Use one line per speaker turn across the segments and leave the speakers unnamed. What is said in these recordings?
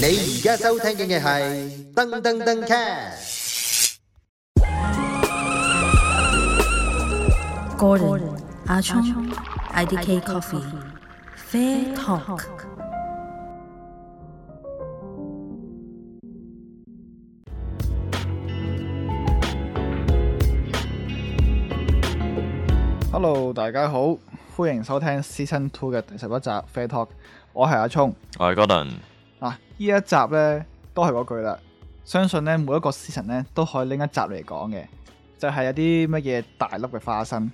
你而家收聽嘅係噔噔噔 cast。
Gordon 阿聰 IDK Coffee Fair Talk。
Hello，大家好，歡迎收聽 Season Two 嘅第十一集 Fair Talk，我係阿聰
我係 Gordon，
啊。呢一集呢都係嗰句啦，相信呢每一個 season 呢都可以拎一集嚟講嘅，就係、有啲乜嘢大粒嘅花生，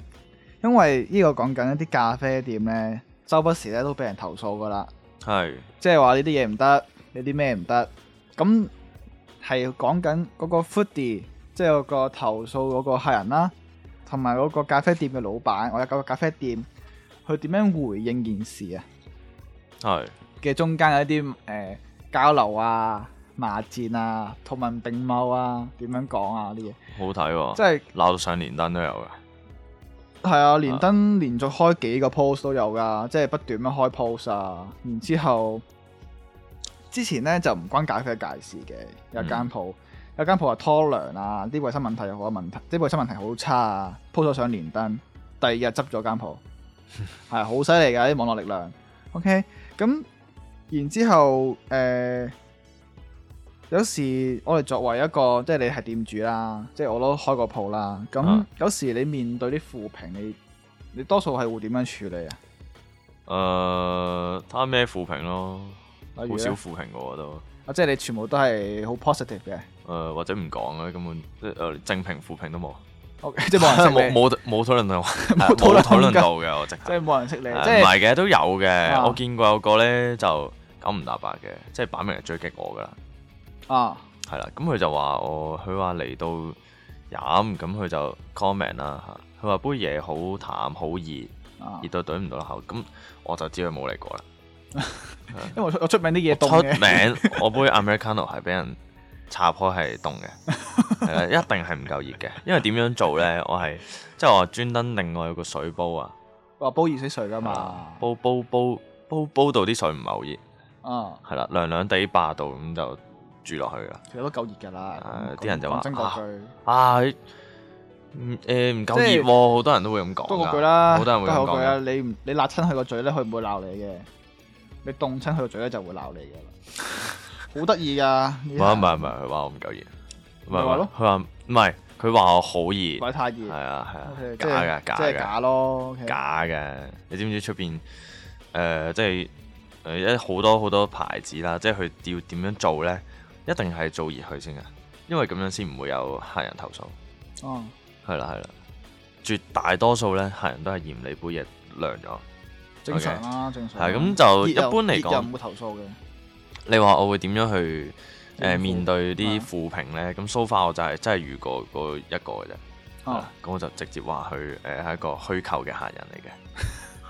因為呢個講緊一啲咖啡店呢，周不時呢都俾人投訴噶啦，
係
即係話呢啲嘢唔得，呢啲咩唔得，咁係講緊嗰個 foodie，即係個投訴嗰個客人啦，同埋嗰個咖啡店嘅老闆，我有個咖啡店，佢點樣回應件事啊？
係
嘅中間有一啲誒、呃交流啊、罵戰啊、圖文並茂啊，點樣講啊啲嘢，
好睇喎，
即係
鬧到上連登都有嘅，
係啊，連登連續開幾個 post 都有噶，即係不斷咁開 post 啊。然之後之前咧就唔關咖啡界事嘅，有間鋪、有間鋪話拖糧啊，啲衞生問題有好多問題，啲衞生問題好差啊，post 咗上連登，第二日執咗間鋪，係好犀利㗎啲網絡力量。OK，咁然之後誒、呃有時我哋作為一個即係你係店主啦，即係我都開過鋪啦。咁
啊
有時你面對啲負評，你你多數係會點樣處理啊？
誒呃睇下咩負評咯，
例如
好
呢
少負評嘅我都，
啊，即係你全部都係好 positive 嘅。
誒或者唔講嘅根本，呃即係誒正評負評都冇，
O、k 即係冇人識
冇
你，
冇冇討論 到，
冇
冇
討論
討論
㗎
到嘅我直
即
係，
係冇人識你，
誒
即
唔
係
係嘅都有
啊
嘅，我見過有個咧就九唔搭八嘅，即係擺明係追擊我噶啦，
啊
係啦，咁佢就話我，佢話嚟到飲，咁佢就 comment 啦嚇，佢話杯嘢好淡好熱。
啊
熱，到懟唔到口，咁我就知佢冇嚟過啦。
因為我出我出名啲嘢
出
凍嘅，
名我杯 Americano 係俾人插開係凍嘅，係啦，一定係唔夠熱嘅。因為點樣做呢？我係即係我專登另外有個水煲啊，
話煲熱水水㗎嘛，
煲煲煲煲煲到啲水唔係好熱，
啊，
係啦，涼涼地霸道咁就煮落去啦。
其實都夠熱㗎啦
啊。
講
啲人就話
講真嗰句，
啊，唔誒唔夠
即係
熱喎，好多人都會咁講㗎。
都嗰句啦，
好多人會
都係
咁
嗰句
講
啦。
㗎。
你唔你辣親佢個嘴咧，佢唔會鬧你嘅。你凍親佢個嘴咧，就會鬧你嘅啦。好得意㗎，
唔
唔
係唔係唔係，佢話我唔夠熱，唔
咪
係
話
唔係
咯
佢話唔係，佢話我好熱。
鬼太
係
熱，
啊係啊
OK，，
假
即係
嘅假
即係
嘅
假咯。OK
假嘅，你知唔知出邊誒即係呃誒一好多好多牌子啦，即係佢要點樣做咧？一定係做熱佢先嘅，因為咁樣先唔會有客人投訴。
哦，
係啦係啦，絕大多數咧客人都係嫌你杯嘢涼咗。
正常啦，正常啦。
係咁就
熱
一般嚟
熱又唔
講，
會投訴嘅。
你話我會點樣去
應
誒
付
面對啲負評咧？咁 so far 我就係真係遇過嗰一個嘅啫。係
哦
啦，咁我就直接話佢誒係一個虛構嘅客人嚟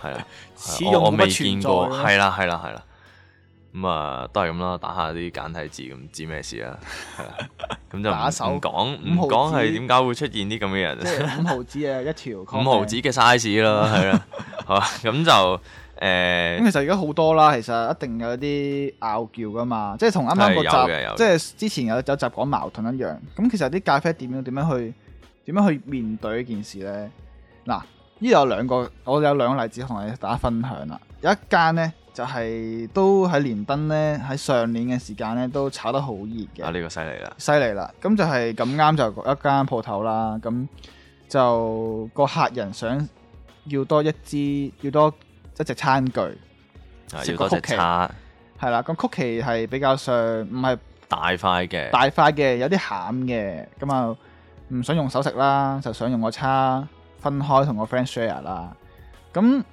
嘅，係啦，
此
係我我
用不
未
存
見
在
過，
啊
係啦係啦係啦，咁啊都係咁啦，打下啲簡體字咁知咩事啦，係啦 咁就唔
打手
唔講唔
五毫
講
子
係點解會出現啲咁嘅
即
人，
係五毫子啊，一條
五毫子。嘅 size 啦，係 啦，好啊咁就
咁
誒
其實而家好多啦，其實一定有啲拗撬噶嘛，即係同啱啱
係有
嗰
嘅有嘅
集，即係之前有有集講矛盾一樣。咁其實啲咖啡店要點樣去點樣去面對呢件事呢？嗱，呢度有兩個，我有兩個例子同你大家分享啦。有一間呢，就係、都喺連登呢，喺上年嘅時間呢，都炒得好熱
啊
嘅，
呢個犀利啦，
犀利啦。咁就係咁啱就有一間鋪頭啦，咁就個客人想要多一支，要多一隻餐具。
啊
食
要
個
多隻
曲奇
叉
係啦，咁曲奇係比較上唔係
大塊嘅，
大塊嘅，有啲餡嘅，咁啊唔想用手食啦，就想用個叉分開同個 friend share 啦。咁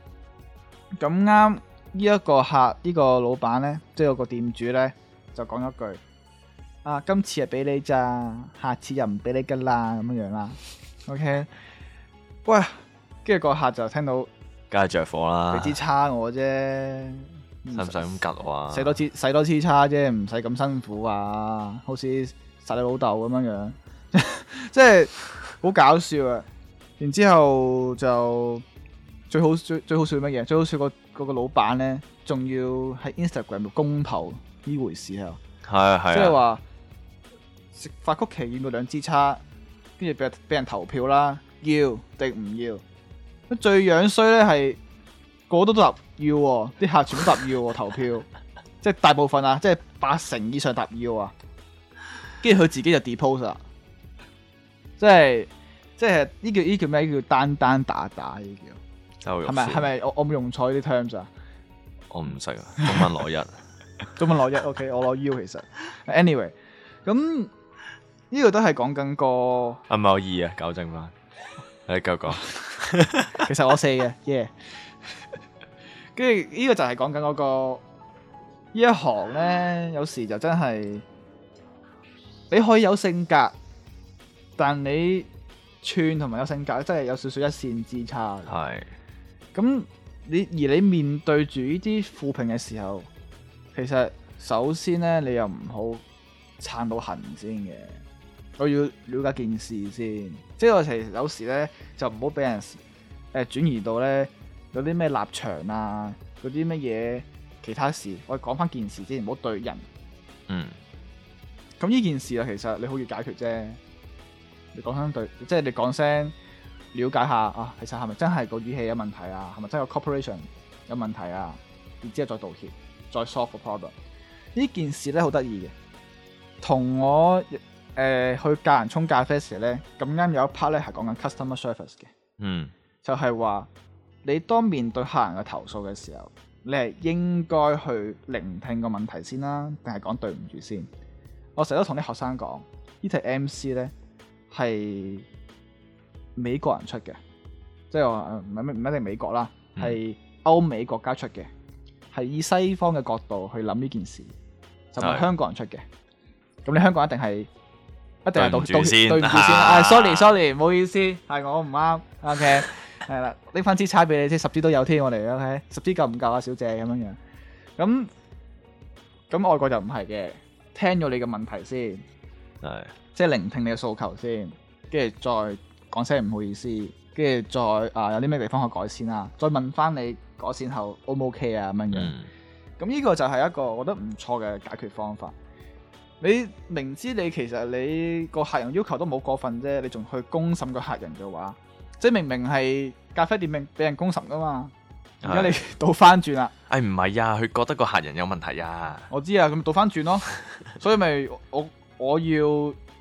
咁啱呢一個客呢、個老闆呢，即係有個店主呢，就講咗句：啊，今次係俾你咋，下次又唔俾你噶啦，咁樣樣啦。OK，喂，跟住個客就聽到
梗係着火啦
你，支
使
叉我啫，唔
唔使咁吉我啊？
使多次使多次差啫，唔使咁辛苦啊！好似殺你老豆咁樣樣， 即係好搞笑啊！然之後就最好最最好笑乜嘢？最好笑個嗰個老闆咧，仲要喺 Instagram 度公投呢回事啊！
係係
即係
啊，
話食法曲奇見嗰兩支叉，跟住俾人俾人投票啦，要定唔要？咁最樣衰咧係個個都答要喎，啲客全部答要喎投 票，即係大部分啊，即係八成以上答要啊。跟住佢自己就 depose 啦，即係即係呢叫呢叫咩？呢叫單單打打呢叫
周玉
係咪
雪
係咪？我我冇用錯呢啲 terms 啊？
我唔識啊，中文攞一。
中文攞一，OK，我攞 U 其實。anyway，咁呢個都係講緊個。
啊，唔係我二啊，糾 正翻。你繼續講。
其實我四嘅耶。跟住呢個就係講緊嗰個呢一行咧，有時就真係你可以有性格，但你串同埋有性格真係有少少一線之差嘅。
係
咁你而你面對住呢啲負評嘅時候，其實首先咧你又唔好撐到痕先嘅，我要了解件事先。即係我其實有時咧就唔好俾人誒、呃、轉移到咧有啲咩立場啊，嗰啲乜嘢其他事，我哋講翻件事先，唔好對人。
嗯
咁呢件事啊，其實你好易解決啫。你講聲對，即係你講聲了解下啊，其實係咪真係個語氣有問題啊？係咪真係個 corporation 有問題啊？然之後再道歉，再 solve 個 problem。呢啊件事咧好得意嘅，同我誒、呃去教人沖咖啡時咧，咁啱有一 part 咧係講緊 customer service 嘅，
嗯
就係話你當面對客人嘅投訴嘅時候，你係應該去聆聽個問題先啦，定係講對唔住先？我成日都同啲學生講，呢題 MC 咧係美國人出嘅，即係話唔係唔一定美國啦，
嗯
係歐美國家出嘅，係以西方嘅角度去諗呢件事，就唔係
係
香港人出嘅。咁你香港一定係一定係道
對唔住
道
先
歉對唔住先
啊
啦。sorry sorry，唔好意思，係我唔啱。OK，係 啦，拎翻支叉俾你，即係十支都有添，我哋 OK，十支夠唔夠啊，小姐咁樣樣。咁咁外國就唔係嘅，聽咗你嘅問題先。
係
即係聆聽你嘅訴求先，跟住再講聲唔好意思，跟住再啊有啲咩地方可以改善啊，再問翻你改善後 O 唔 OK 啊咁樣樣。
嗯
咁呢個就係一個我覺得唔錯嘅解決方法。你明知你其實你個客人要求都冇過分啫，你仲去公審個客人嘅話，即係明明係咖啡店俾俾人公審噶嘛，而家你倒翻轉啦，
哎唔係啊，佢覺得個客人有問題啊。
我知啊，咁倒翻轉 咯，所以咪我我要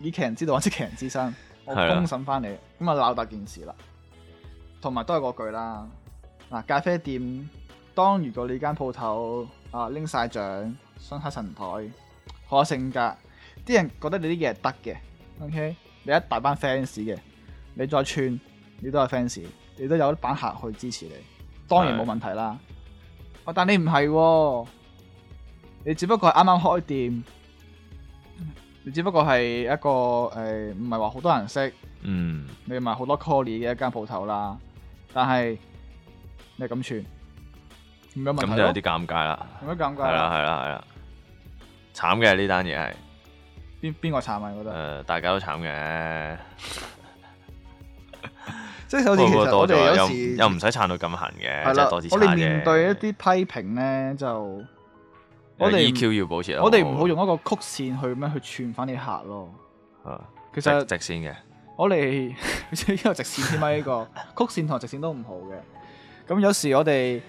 以其人之道還施其人之身，我
係啊
公審翻你，咁啊鬧大件事啦。同埋都係嗰句啦，嗱咖啡店當如果你間鋪頭啊拎晒獎，雙黑神台，好有性格，啲人覺得你啲嘢係得嘅，OK，你一大班 fans 嘅，你再串，你都有 fans，你都有一班客去支持你，當然冇
係
問題啦。喂但你唔係喎，你只不過係啱啱開店，你只不過係一個誒唔係話好多人識。
嗯
你咪好多 call 嘅一間鋪頭啦，但係你咁串，唔有問
咁
題
就有
咯
啲，尷尬啦。
有咩尷尬
係啦
啊？
係啦係啦，慘嘅呢單嘢係
邊邊個慘啊？你覺得？
誒大家都慘嘅。
即係好似
不過
其
不
實
過
我
多咗
哋
啦
有
又
時
又唔使撐到咁痕嘅，
係
即
啦，
係多啲
我哋
撐
面
嘅
對一啲批評咧，就我哋
EQ E 要保持得
我哋唔好用一個曲線去咁樣去串翻啲客咯。
啊
其
直
實
直線嘅。
我哋 呢個直線添啊，呢個曲線同直線都唔好嘅。咁有時我哋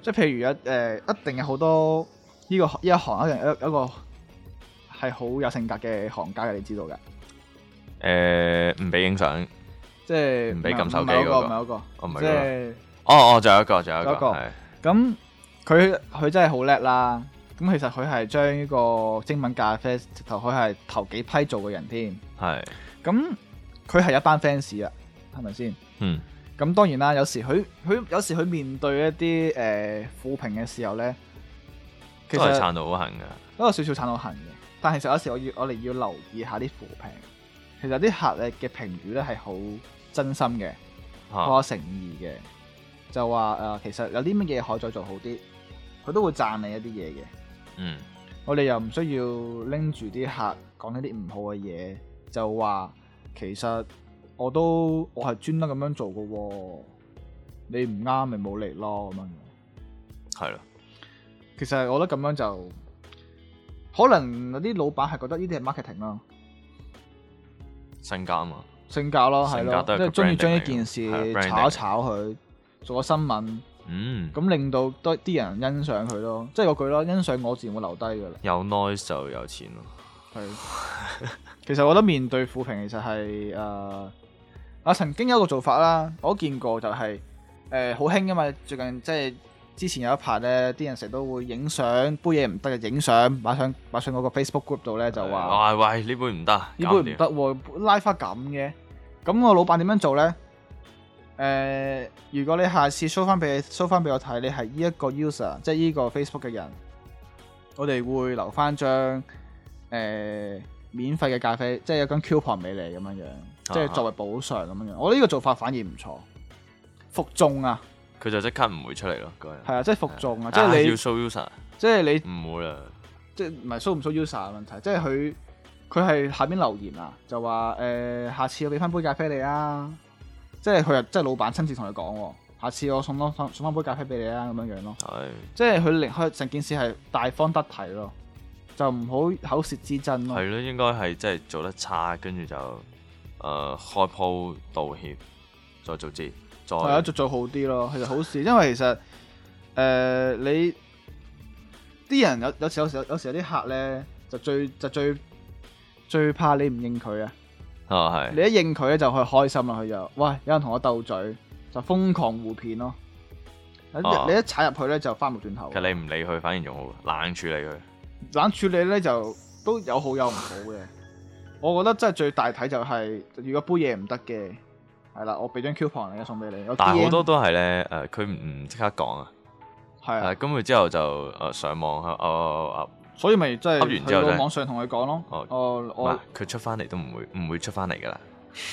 即係譬如一誒、呃一定有好多呢、個呢一行一定有一個係好有性格嘅行家嘅，你知道㗎。
誒呃唔俾影相，
即係
唔俾撳手機
唔係
嗰個
唔係嗰個，
哦唔係
即
嗰
係
個哦哦，仲有一個，仲有一
仲
個
有一個
係
咁佢佢真係好叻啦。咁其實佢係將呢個精品咖啡直頭，佢係頭幾批做嘅人添。
係
咁佢係一班 fans 啊，係咪先？
嗯
咁當然啦，有時佢佢有時佢面對一啲誒、呃、負評嘅時候咧，其
嗯都係
實
撐到好痕㗎。
都有少少撐到痕嘅。但其實有時我要我哋要留意下啲負評，其實啲客咧嘅評語咧係好真心嘅。好
嚇
有誠意嘅，就話誒、呃其實有啲乜嘢可以再做好啲，佢都會讚你一啲嘢嘅。
嗯
我哋又唔需要拎住啲客講一啲唔好嘅嘢，就話其實我都我係專登咁樣做嘅喎、你唔啱咪冇嚟咯咁樣。
係咯，
其實我覺得咁樣就可能有啲老闆係覺得呢啲係 marketing 啦，
身家啊嘛，
性格咯，係
性格
咯，
都
即
係個
係中意將
branding
呢
嚟
件
㗎係啊
事
branding
炒一炒佢，做咗新聞，
嗯，
咁令到多啲人欣賞佢咯。即係嗰句咯，欣賞我自然會留低㗎啦。
有 noise 就有錢咯，
係，其實我覺得面對負評其實係誒，啊、曾經有一個做法啦，我都見過就係誒好興噶嘛，最近即係之前有一排咧，啲人成日都會影相，杯嘢唔得就影相，擺上擺上嗰個 Facebook group 度咧就話
話喂呢杯唔得，
呢
搞
杯唔
掂
得喎，拉花咁嘅，咁個老闆點樣做咧？誒、如果你下次 show 翻俾 show 翻俾我睇，你係呢一個 user，即係呢個 Facebook 嘅人，我哋會留翻張誒、免費嘅咖啡，即係有張 coupon 俾你咁樣樣，即係
啊
作為補償咁樣樣。我覺得呢個做法反而唔錯，服眾啊，
佢就即刻唔會出嚟咯，嗰人
係啊，即係服眾啊，即
啊
係你
要 show user
即係你
唔會啦，
即係唔係 show 唔 show user 嘅問題，即係佢佢係下邊留言啊，就話誒、呃下次我俾翻杯咖啡你啊，即係佢又即係老闆親自同佢講喎，下次我送多送送翻杯咖啡俾你啊咁樣樣咯，
係
即係佢令佢成件事係大方得體咯，就唔好口舌之爭咯，
係咯，應該係即係做得差，跟住就誒開鋪道歉，再做節，再
係啊，做做好啲咯，其實好事，因為其實誒、呃你啲人有有時有時有時有啲客咧就最就最最怕你唔應佢啊。
啊係
你一應佢咧就佢開心啦，佢就喂有人同我鬥嘴，就瘋狂互騙咯。
哦
你一踩入去咧就翻唔轉頭
其，實你唔理佢，反而仲好冷處理佢。
冷處理咧就都有好有唔好嘅。我覺得真係最大體就係、如果杯嘢唔得嘅，係啦，我俾張 coupon 你，送俾你。有
但係好
DM
多都係咧誒，佢唔唔即刻講啊，
係啊
誒，咁佢之後就誒上網啊哦
所以咪即係
up 完之後
去
真
到
係
網上同佢講咯。
哦
哦，
哦，啊
我
佢出翻嚟都唔會唔會出翻嚟噶啦，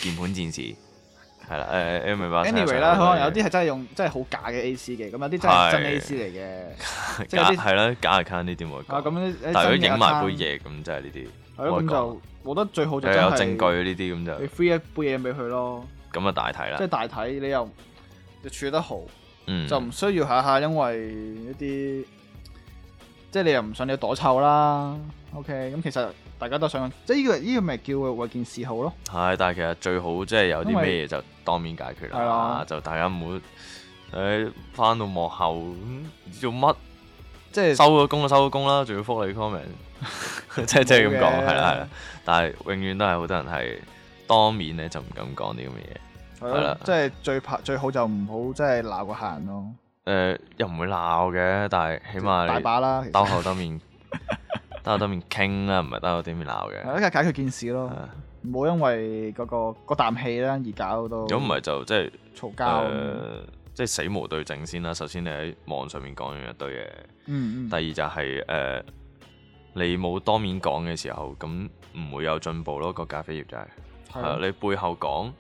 鍵盤戰 士係啦誒誒，明白
anyway 啦，佢可能有啲係真係用真係好假嘅 AC 嘅，咁有啲真係真
係
AC 嚟嘅。
係
即係有啲
假係啦，假 account 呢啲冇得
啊，咁
講。
呢
但係如果影埋杯，嘢咁，真係呢啲
係咯，咁
冇得講
就我覺得最好就
又
真係
有證據呢啲咁
你
就
free 一杯嘢俾佢咯，
咁啊大體啦
即係。大體你又你處理得好，
嗯，
就唔需要下下因為一啲，即係你又唔想你躲臭啦。OK，咁其實大家都想，即係呢、個呢、個咪叫為件事好咯。
係，但係其實最好即係有
因
啲
為
咩嘢就當面解決
係
啦
啊，
就大家唔好誒翻到幕後咁做乜
即係
收咗工就收咗工啦，仲要覆你 comment，即係即係咁講
冇嘅
係啦係啦，但係永遠都係好多人係當面咧就唔敢講啲咁嘅嘢，誒、
係
係啦
咯，即係最怕最好就唔好即係鬧個客人咯，
又唔會鬧嘅，但係起
大
碼
把啦。其
啊你
實
兜口兜面 兜口兜面傾啦，唔係兜口兜面鬧
係啦啊
嘅，
解決件事咯
係，啊
唔好因為嗰、個嗰啖氣啦而搞到
如果唔係呃就即係。
嘈
誒、
交。
即係死無對證先啦。首先你喺網上面講完一堆嘢，
嗯
第
嗯，
二就係、誒、你冇當面講嘅時候，咁唔會有進步咯。個咖啡業就係、係啊
係
你背後講，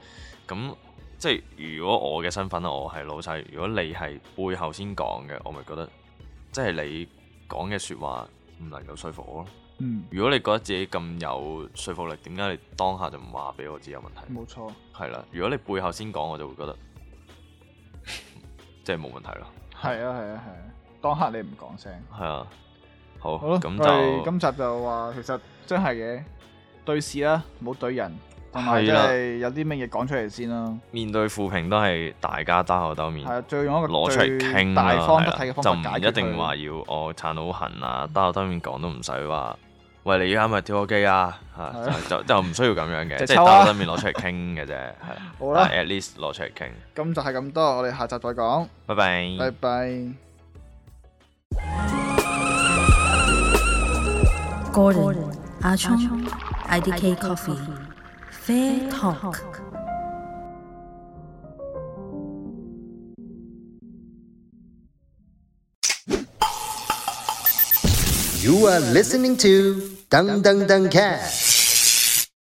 咁即係如果我嘅身份我係老細，如果你係背後先講嘅，我咪覺得即係你講嘅説話唔能夠說服我咯。
嗯，
如果你覺得自己咁有說服力，點解你當下就唔話俾我知有問題？
冇錯，
係啦，如果你背後先講，我就會覺得嗯即係冇問題咯。
係啊係啊係啊，當刻你唔講聲。
係啊，好
好咯，
咁
我哋
就
今集就話其實真係嘅對事啦，冇對人，同埋
係
即
啦
係有啲乜嘢講出嚟先啦。
面對負評都係大家兜口兜面
係啊，最用一個
嗯攞出嚟
最
傾
大
啦，
方
係
得
啦
體嘅
就
方
唔
法解決
一定話
佢。
要我撐到好痕啊，兜口兜面講都唔使話。喂，你而家係咪跳咗機啊？嚇
係啊
就就就唔需要咁樣嘅，
直
即係
抽
兜
啊
口兜面攞出嚟傾嘅啫。係啦，
好啦
但係，at least 攞出嚟傾。
咁就係咁多，我哋下集再講，
拜拜。
拜拜。
Gordon, Achong, IDK Coffee, Fair Talk.
You are listening to Dung Dung Dung Cat.